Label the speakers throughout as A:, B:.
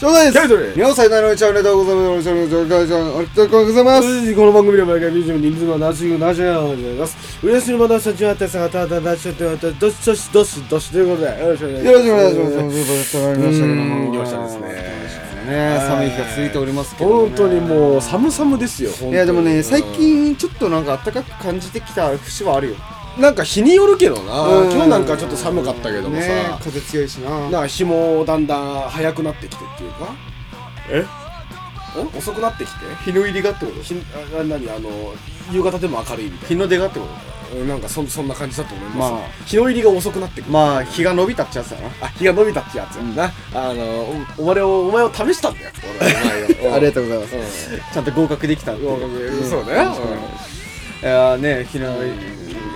A: 翔太
B: キャビトル
A: です日本最大のチャンネルでございます。おめでとうございます。おめでとうございます。
B: この番組では毎回 BGM にリズムをなしゅうなしゅうお願いします。嬉しいものさ、じわたさ、はたはたなしゅうてはた、どしどしどしどしということで、よろしくお願いします。
A: よろしくお願いします。よろしくお願いします。
B: う
A: よろしくお
B: ーん
A: 願いしましたけども
B: 行きましたですね
A: ね寒い日が続いておりますけど、ね。
B: 本当にもう、寒々ですよ、本当に
A: いやでもね、最、近ちょっとなんか暖かく感じてきた節はあるよ。
B: なんか日によるけどな、
A: う
B: 今日なんかちょっと寒かったけども
A: ね
B: さ、
A: 風強いしな。
B: なんか日もだんだん早くなってきてっていうか、え遅くなってきて
A: 日の入りがってこ
B: 日あ何あの夕方でも明るいみたい
A: 日の出がってこ
B: ななんかそそんな感じだと思います、
A: ま
B: 日の入りが遅くなって
A: と
B: くる、
A: まあ、日が伸びたっちゃうさな。
B: あ日が伸びたってやつやな、あのおお前をお前を試したんだよ俺はお前を
A: ありがとうございます。
B: うん
A: ちゃんと合格できたっていう。
B: 合格
A: ん
B: そう
A: よろしく
B: ね
A: お願いしますいやーね、日の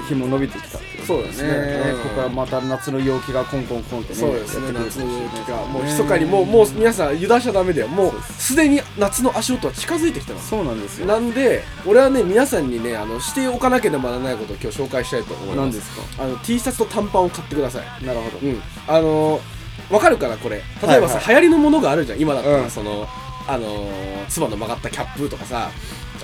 A: 日も伸びてきたってこと
B: そうですねうん
A: ここからまた夏の陽気がコンコンコンとね。
B: そうです
A: やっ
B: ね
A: てくる
B: 夏の陽気が
A: ね
B: もう密かにもうもう皆さん油断しちゃダメだよもうすでに夏の足音は近づいてきてます
A: そうなんですよ。
B: なんで俺はね皆さんにねあのしておかなければならないことを今日紹介したいと思います
A: なんですか
B: あの T シャツと短パンを買ってください
A: なるほど。
B: うんあのわかるかなこれ例えばさ、
A: はい
B: 流行りのものがあるじゃん今だったら、
A: うん
B: そのあのーつばの曲がったキャップとかさ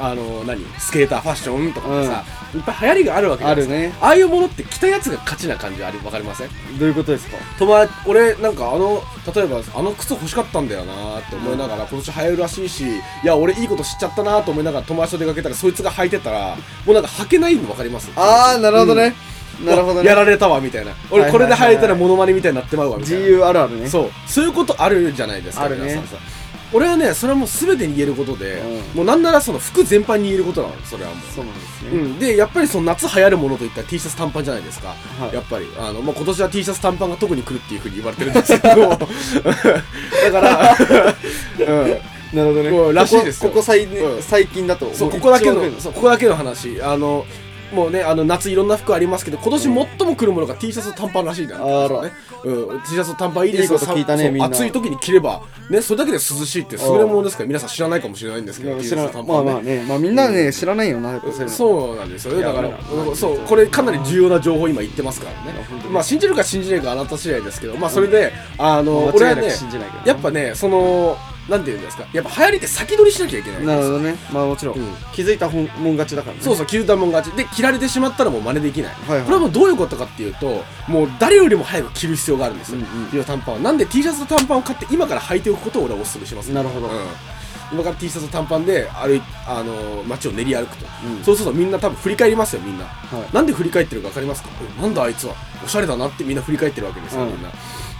B: あのー何スケーターファッションとかさ、いっぱい流行りがあるわけじゃないですか
A: あるね
B: ああいうものって着たやつが勝ちな感じありわかりません
A: どういうことですか
B: 友達俺なんかあの例えばあの靴欲しかったんだよなって思いながら、今年流行るらしいしいや俺いいこと知っちゃったなと思いながら友達と出かけたらそいつが履いてたらもうなんか履けないの分かります
A: あー、なるほどね。なるほど
B: や
A: ね。
B: られたわみたいな
A: は
B: 俺
A: い
B: こ
A: はい
B: れ
A: はい
B: で履いたらモノマネみたいになってまうわみたいな、
A: GU あるあるね。
B: そうそういうことあるじゃないですか
A: あるね
B: 皆さんさ俺はねそれはもう全てに言えることで、
A: うん
B: もうなんならその服全般に言えることなのそれはもう
A: そうなんですね。
B: うん、でやっぱりその夏流行るものといったら T シャツ短パンじゃないですか、
A: はい
B: やっぱりあの、まあ、今年は T シャツ短パンが特に来るっていうふうに言われてるんですけどだ から、
A: なるほどね。
B: もうらしいです
A: こ
B: よ
A: こここ最,、
B: うん
A: 最近だと。
B: そうここだけ
A: もう
B: の
A: 一番
B: そうここだけの話あのもうねあの夏いろんな服ありますけど今年最も来るものが T シャツと短パンらしいんだよ、
A: あら
B: ねうん、T シャツと短パンいいですよ
A: いいこと聞いたね
B: そう
A: みんな
B: 暑い時に着れば、ね、それだけで涼しいって優れものですから皆さん知らないかもしれないんですけど
A: 上
B: T シ
A: 知ら
B: ャ
A: な
B: ツと
A: い。
B: 短
A: ま
B: パ
A: あ
B: ンね
A: まあね。まあみんなね、知らないよな、やっぱそういうの
B: そうなんですよねだから
A: いやまあ
B: うんそうこれかなり重要な情報今言ってますからね
A: や本当に
B: まあ信じるか信じないかあなた次第ですけどまあそれで、あの
A: まあ
B: 俺
A: 間違
B: はい
A: なく
B: ね
A: 信じないけどね
B: やっぱねそのなんていうんですかやっぱ流行りって先取りしなきゃいけないんで
A: な
B: すよ
A: るほどね。まあもちろん。
B: うん
A: 気づいた本もん勝ちだからね。
B: そうそう、着たもん勝ち。で、着られてしまったらもう真似できない。
A: はいはい
B: これはもうどういうことかっていうと、もう誰よりも早く着る必要があるんですよ。
A: うんうん
B: 色短パンは。なんで T シャツと短パンを買って今から履いておくことを俺はお勧めします。
A: なるほど
B: うん今から T シャツと短パンで歩い、あのー街を練り歩くと、
A: うん
B: そうするとみんな多分振り返りますよ、みんな。
A: い
B: なんで振り返ってるか分かりますかうんなんだあいつは。おしゃれだなってみんな振り返ってるわけですよ、
A: うん
B: みんな。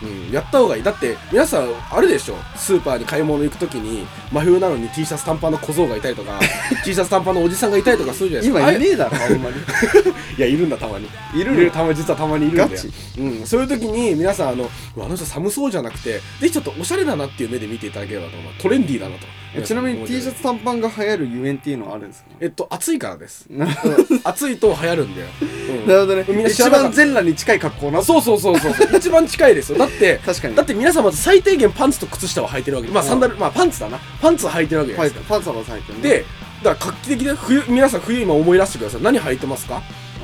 B: うん、やった方がいい。だって、皆さん、あれでしょスーパーに買い物行くときに、真冬なのに T シャツ短パンの小僧がいたり とか、T シャツ短パンのおじさんがいたりとかするじゃないですか。
A: 今
B: ああ
A: いねえだろ、あんまり。
B: いや、いるんだ、たまに。
A: いるの
B: たまに、実はたまにいるんだよ。
A: ガチ
B: うん。そういう時に、皆さん、あの、うわあの人寒そうじゃなくて、ぜひちょっとおしゃれだなっていう目で見ていただければと思う。トレンディーだなと。
A: えちなみに T シャ
B: ツ
A: ツ短パンが流行るゆえんっていうのはあるんですか
B: えっと、暑いからです。
A: なる
B: うん暑いと流行るんだよ。 うん
A: なるほどね
B: みんな知ら
A: 一
B: なか
A: 番
B: った
A: 全裸に近い格好な
B: そうそうそうそうそう。一番近いですよ。だっ て、
A: 確かに
B: だって皆さんまず最低限パンツと靴下は履いてるわけ。まあ、
A: うん
B: サンダル、まあ、パンツだな。パンツは履いてるわけじゃ
A: パ
B: ない
A: ン
B: ですか。
A: パンサーの最近
B: で、だから画期的で冬、皆さん冬今思い出してください。何履いてますか、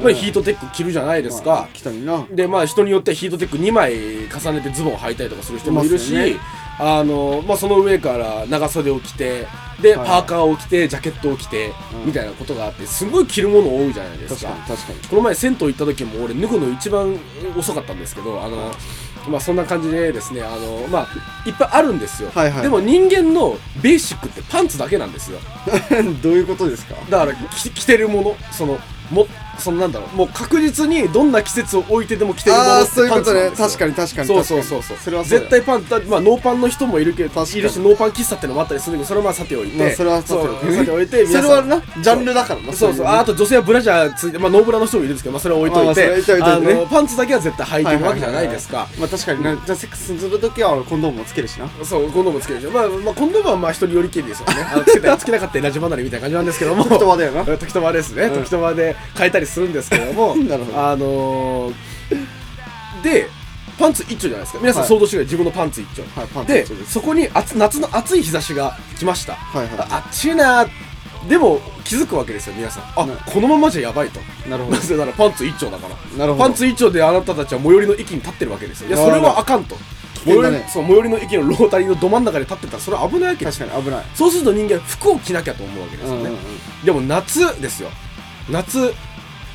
B: まあ
A: うん
B: ヒートテック着るじゃないですか。
A: まあ来たりな
B: でまあ人によってはヒートテック2枚重ねてズボンを履いたりとかする人もいるし、
A: いますよね
B: あのまあ、その上から長袖を着てで、
A: はい
B: パーカーを着てジャケットを着て、
A: うん
B: みたいなことがあってすごい着るもの多いじゃないです
A: 確
B: か
A: かに確かに
B: この前銭湯行った時も俺脱ぐの一番遅かったんですけどあの、まあ、そんな感じでですねあの、まあ、いっぱいあるんですよ、
A: はいはい
B: でも人間のベーシックってパンツだけなんですよ
A: どういうことですか
B: だからき着てるものそのもそのなんだろうもう確実にどんな季節を置いてでも着てるもの
A: ああ
B: っ
A: ー
B: て
A: そういう
B: パ
A: こ
B: ンツ
A: と
B: な
A: ね
B: んですよ
A: 確かに確かに
B: そうそうそうそう
A: それはそうだ
B: 絶対パンツだまあノーパンの人もいるけど
A: 確かに
B: いるしノーパン喫茶ってのもあったりするけどそれはまあさておいて、
A: まあそれは
B: そう
A: さておいて
B: さておいて皆さん
A: それはなジャンルだからな
B: そうそう
A: そういうね
B: ああと女性はブラジャーついてまあノーブラの人もいるんですけどまあそれは置いと
A: まあ
B: い
A: それ
B: て,、
A: は置いといてね
B: のパンツだけは絶対履いてるわけじゃないですか、
A: はははまあ確かになじゃあセックスするときはコンドームもつけるしな
B: そう、コンドームつけるでしょ。まあ、まあ、コンドームはまあ、一人よりきりですよ ね。あのつけた、つけなかったらラジ離れみたいな感じなんですけども。
A: 時と場だよな
B: うん時と場ですね。
A: うん
B: 時と場で変えたりするんですけど も。
A: なるほど
B: あのーで、パンツ一丁じゃないですか。皆さん
A: はい
B: 想像してください。自分のパンツ一丁。
A: はいパンツ
B: で
A: 一丁で、す
B: そこに暑夏の暑い日差しが来ました。
A: はいはい
B: ああっちいなーでも、気づくわけですよ、皆さん。あ、
A: ね
B: このままじゃやばいと。
A: な るほど
B: なぜならパンツ一丁だから。
A: なるほど
B: パンツ一丁であなたたちは最寄りの駅に立ってるわけですよ。いや、それはあかんと。
A: 危険だね
B: 最寄りそう最寄りの駅のロータリーのど真ん中で立ってたらそれ危ないわけです
A: 確かに危ない
B: そうすると人間服を着なきゃと思うわけですよね、
A: うんうん
B: でも夏ですよ夏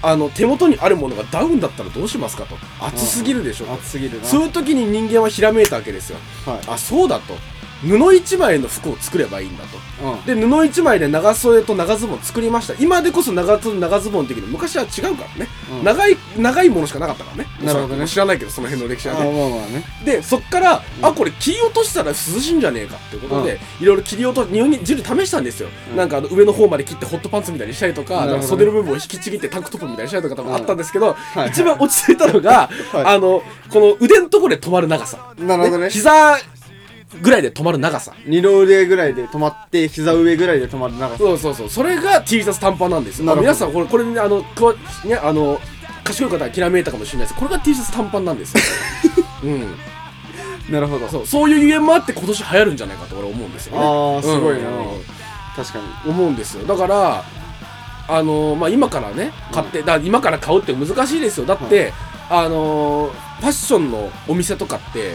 B: あの手元にあるものがダウンだったらどうしますかと暑すぎるでしょ
A: うん
B: と
A: 暑すぎるな
B: そういう時に人間はひらめいたわけですよ
A: はい
B: あそうだと布一枚の服を作ればいいんだと
A: うん
B: で布一枚で長袖と長ズボン作りました今でこそ長袖長ズボンできる昔は違うからね、
A: うん
B: 長い長いものしかなかったからね
A: なるほどね
B: おそらく知らないけどその辺の歴史
A: あ
B: は
A: まあ
B: ね
A: まあね
B: でそっから、あこれ切り落としたら涼しいんじゃねえかっていうことで、いろいろ切り落と日本に汁試したんですよ、
A: うん
B: なんかあの上の方まで切ってホットパンツみたいにしたりとか
A: なるほどね
B: なんか袖の部分を引きちぎってタンクトップみたいにしたりとか多分あったんですけど、
A: いはい
B: 一番落ち着いたのが、
A: はい
B: あのこの腕のところで止まる長さ、
A: なるほどね
B: 膝ぐらいで止まる長さ
A: 二の腕ぐらいで止まって膝上ぐらいで止まる長さ
B: そうそうそうそれが T シャツ短パンなんですよ
A: な
B: あ
A: るほど
B: 皆さんこれこれねあのこうねあの賢い方はきらめいたかもしれないですこれが T シャツ短パンな んですようん
A: なるほど
B: そうそういうゆえんもあって今年流行るんじゃないかと俺思うんですよね
A: あーすごいな
B: うん
A: 確かに
B: 思うんですよだからあのーまあ今からね買って、だから今から買うって難しいですよだって、あのーファッションのお店とかって、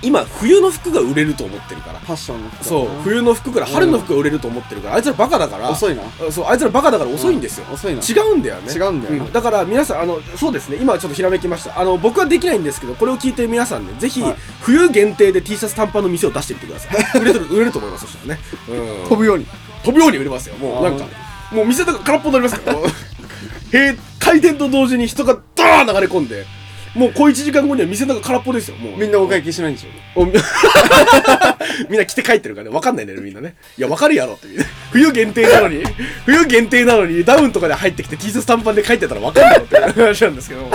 B: 今冬の服が売れると思ってるから
A: ファッションの服だな
B: そう冬の服から春の服が売れると思ってるから、あいつらバカだから
A: 遅いな
B: そうあいつらバカだから遅いんですよ、
A: 遅いな
B: 違うんだよね
A: 違うんだよな
B: だから皆さんあのそうですね今ちょっとひらめきましたあの僕はできないんですけどこれを聞いてる皆さんねぜひ、
A: はい
B: 冬限定で T シャツ短パンの店を出してみてください売れてる売れると思いますそしたらね、うん、
A: 飛ぶように
B: 飛ぶように売れますよもう
A: あー
B: なんかもう店とか空っぽになり ますからもう閉開店と同時に人がダーッ流れ込んでもう小1時間後には店の中空っぽですよもう
A: みんなお会計しないんでしょ
B: おみ みんな着て帰ってるからね、わかんないんだよね、みんなね。いや、わかるやろって。冬限定なのに、冬限定なのに、ダウンとかで入ってきて T シャツ短パンで帰ってたらわかんないのっていう話なんですけども。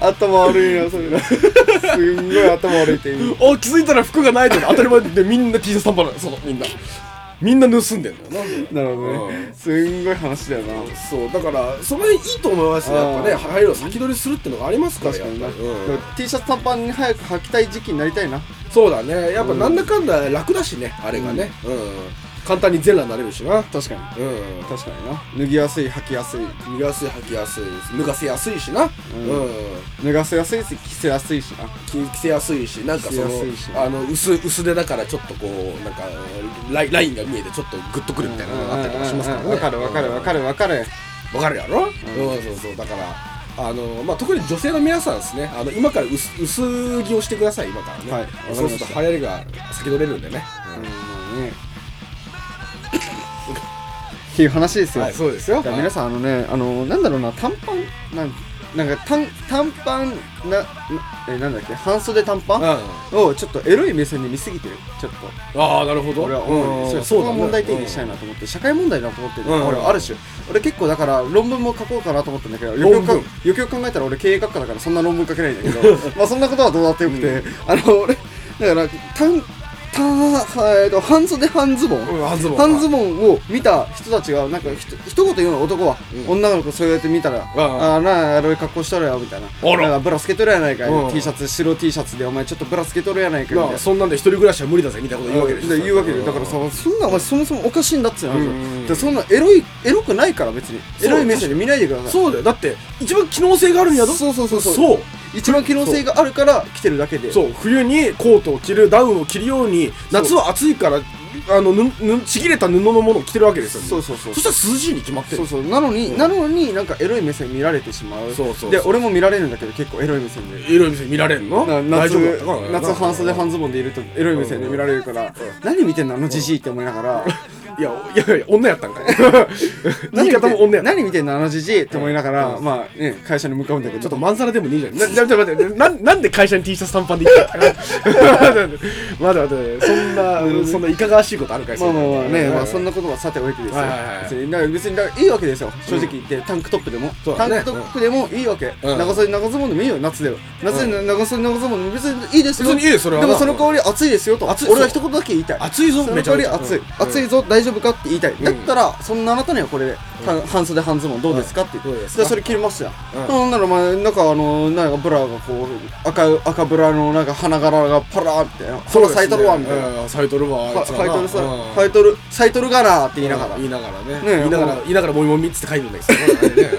A: 頭悪いなそれなすんごい頭悪いって今
B: お、気づいたら服がないって当たり前でみんな T シャツ短パンなの、その、みんな。みんな盗んでんだよな。
A: なるほど
B: う
A: ねすんごい話だよな
B: そう、だから、その辺いいと思いますね。やっぱね、
A: うん
B: 入るを先取りするってのがありますから、
A: 確か
B: やっぱ
A: に
B: り。
A: な、
B: うん
A: T シャツ短パンに早く履きたい時期になりたいな
B: そうだね。やっぱなんだかんだ楽だしね、あれがね。うん。簡単に全裸になれるしな。
A: 確かに
B: うん。
A: 確かにな脱ぎやすい履きやすい
B: 脱がせ履きやすい脱がせやすいしな、う
A: うんん脱がせやすいし着せやすいしな
B: き着せやすいしなんかその
A: 着せやすいし
B: あの薄薄手だからちょっとこうなんかラインラインが見えてちょっとグッとくるみたいなのがあったりとかしますからね
A: わかるわかるわか
B: る
A: るわかる
B: わかるやろ、うんそうそうだからあのまあ、特に女性の皆さんですねあの今から薄薄着をしてください今からね、
A: はいわかりました
B: そうすると流行りが先取れるんでね、
A: うんまあねっていう話ですよ、
B: はいそうですよ
A: だから皆さんあのねあのなんだろうな短パンなんなんか短短パンななえなんだっけ半袖短パン
B: はいうん
A: をちょっとエロい目線で見すぎてるちょっと
B: ああなるほど
A: 俺は思うそれそこが問題提起したいなと思って社会問題だと思ってる
B: うん
A: 俺はある種俺結構だから論文も書こうかなと思ったんだけどよ
B: 論文
A: くよくよくよく考えたら俺経営学科だからそんな論文書けないんだけどまあそんなことはどうだってよくてあの俺だから単たえっと半袖半ズボン
B: うん半ズボン
A: 半ズボンを見た人たちがなんかひと一言言うの男は
B: うん
A: 女の子そうやって見たら
B: うん
A: ああなああれ格好しとるよみたいな
B: あら
A: なんかブラつけとるやないかい
B: うん
A: T シャツ白 T シャツでお前ちょっとブラつけとるやないかいみたい
B: まあ
A: な
B: そんなんで一人暮らしは無理だぜみたいなこと言うわけでしょ
A: で言うわけでだからさそんなお前そもそもおかしいんだっつうの
B: うん
A: でそんなエロいエロくないから別に
B: そう
A: エロい目線で見ないでください
B: そうだよだって一番機能性があるんやぞ
A: そうそうそうそう
B: そう
A: 一番機能性があるから来てるだけで
B: そう冬にコートを着るダウンを着るように夏は暑いからあのぬぬちぎれた布のものを着てるわけですよね
A: そうそうそう
B: そしたら涼しいに決まって
A: そ
B: る
A: うそうなのに、
B: うん
A: なのになんかエロい目線見られてしまう
B: そうそうそう
A: で俺も見られるんだけど結構エロい目線で
B: いろいろ見られんの
A: な
B: 大
A: 夏
B: 丈夫だったかな
A: 夏半袖半ズボンでいるとエロい目線で見られるから、何見てんのあのじじいって思いながら
B: いやいやいや女やったんかい言い
A: 何見
B: 方も
A: て
B: 女やった
A: 何見てんのあのじじいって思いながら、まあね会社に向かうんだけど
B: ちょっとまんざらでもねえじゃん。な、な、な、待って、な、なんで会社に T シャツ短パンで行ったの 待って待って、そんな、そんないかがわしいことあるかい
A: まあまあまあね、まあそん
B: な。
A: なことはさておいてですよ。
B: はいはいはい
A: 別にだから別にだからいいわけですよ。正直言って、タンクトップでも、
B: そう
A: タ
B: だ
A: ン
B: ね
A: クトップでもいいわけ。
B: うん
A: 長袖長ズボンでもいいよ夏では。夏で長袖長ズボンでも別にいいですよ。
B: 別にいいよそれは
A: でもその代わり暑いですよと。
B: 暑い
A: 俺は一言だけ言いたい。
B: 暑いぞ
A: その代わり
B: めちゃめち
A: 暑
B: ゃ
A: い。
B: うん
A: 暑いぞ大丈夫かって言いたい。
B: ん
A: だったらそんなあなたにはこれでた半袖半ズボンどうですかって言
B: うん
A: っ
B: ど
A: て。
B: うですか
A: でそれ着れますよ。
B: うん
A: そんならお前なんかあのなんかブラがこう赤い赤ブラのなんか花柄がパラーって花咲いとるわみたいな。
B: な。サイトルワ
A: フ
B: ー。
A: ァイトルさ、
B: うん
A: ファイトル、サイトルガラーって言いながら。
B: 言いながら
A: ね
B: ね。言いながら、
A: うん
B: 言いながらもみもみっつって書いてるんだけど。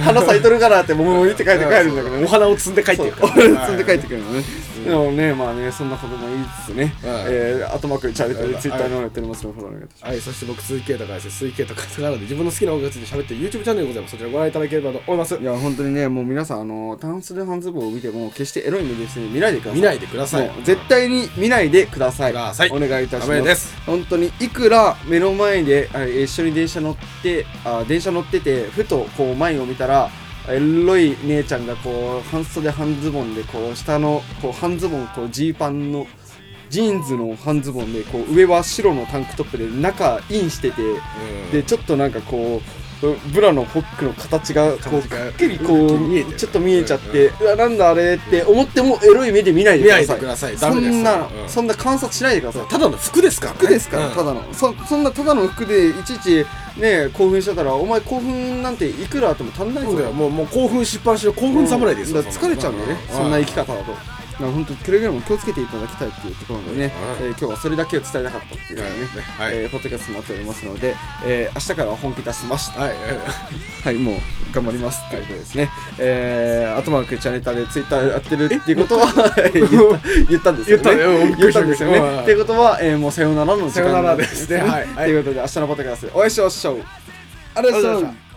A: 花咲いとるからって桃にって書いて帰るんだけど
B: お
A: ね。
B: 花を摘んで帰ってるか
A: そ
B: ら
A: う積んで帰ってくるのね、
B: うん
A: でもねまあねそんなこともいいですね、
B: はい
A: えー、後幕チャリティ
B: は
A: ー
B: い
A: ツイッターの方やっておりますのでフォローお願いいたし
B: はい、そして僕、鈴木啓太からです。鈴木啓太カタカナで自分の好きな音楽について喋ってる YouTube チャンネルでございます。そちらご覧いただければと思います
A: ますい。や本当にねもう皆さんあのタンスで半ズボンを見ても決してエロい目でですね見ないでください
B: 見ないでください
A: もう。絶対に見ないでください
B: ください
A: お願いいたし
B: ダメ
A: ま
B: ですす
A: 本当にいくら目の前であ一緒に電車乗ってあ電車乗っててふとこう前を見たらエロい姉ちゃんがこう半袖半ズボンでこう下のこう半ズボンこうジーパンのジーンズの半ズボンでこう上は白のタンクトップで中インしててでちょっとなんかこううブラのホックの形がこう
B: 形が
A: くっきりこう
B: 見えてる
A: ちょっと見えちゃって、うわなんだあれって思ってもエロい目で見ないで
B: 見
A: く
B: ない
A: ださい
B: でください。ダ
A: そ
B: メです。
A: んな、
B: うん
A: そんな観察しないでください、
B: ただの服ですからね。
A: 服ですから、
B: うん
A: ただのそそんなただの服でいちいちね興奮してたらお前興奮なんていくらあっても足んないぞ
B: そうだよ。もう、もう興奮しっぱなしの興奮侍ですよ。
A: うんだから疲れちゃうんだよね、そんな生き方だと。だから本当にくれぐれも気をつけていただきたいっていうところでね、えー今日はそれだけを伝えなかったっていうね、
B: はい
A: えーポッドキャストになっておりますので、えー明日からは本気出しました。
B: はい。
A: はい、もう頑張りますということですね。えー、後マークチャンネタでツイッターやってるっていうことは言った 言ったんですよね。
B: 言ったねうん
A: 言ったんですよ
B: びっ
A: ね。
B: くりしたびっくりした
A: っていうことは、えー、もうさようならの時間
B: さようならですねはい
A: ということで、明日のポッドキャストでお会いしましょう。ありがとうございました。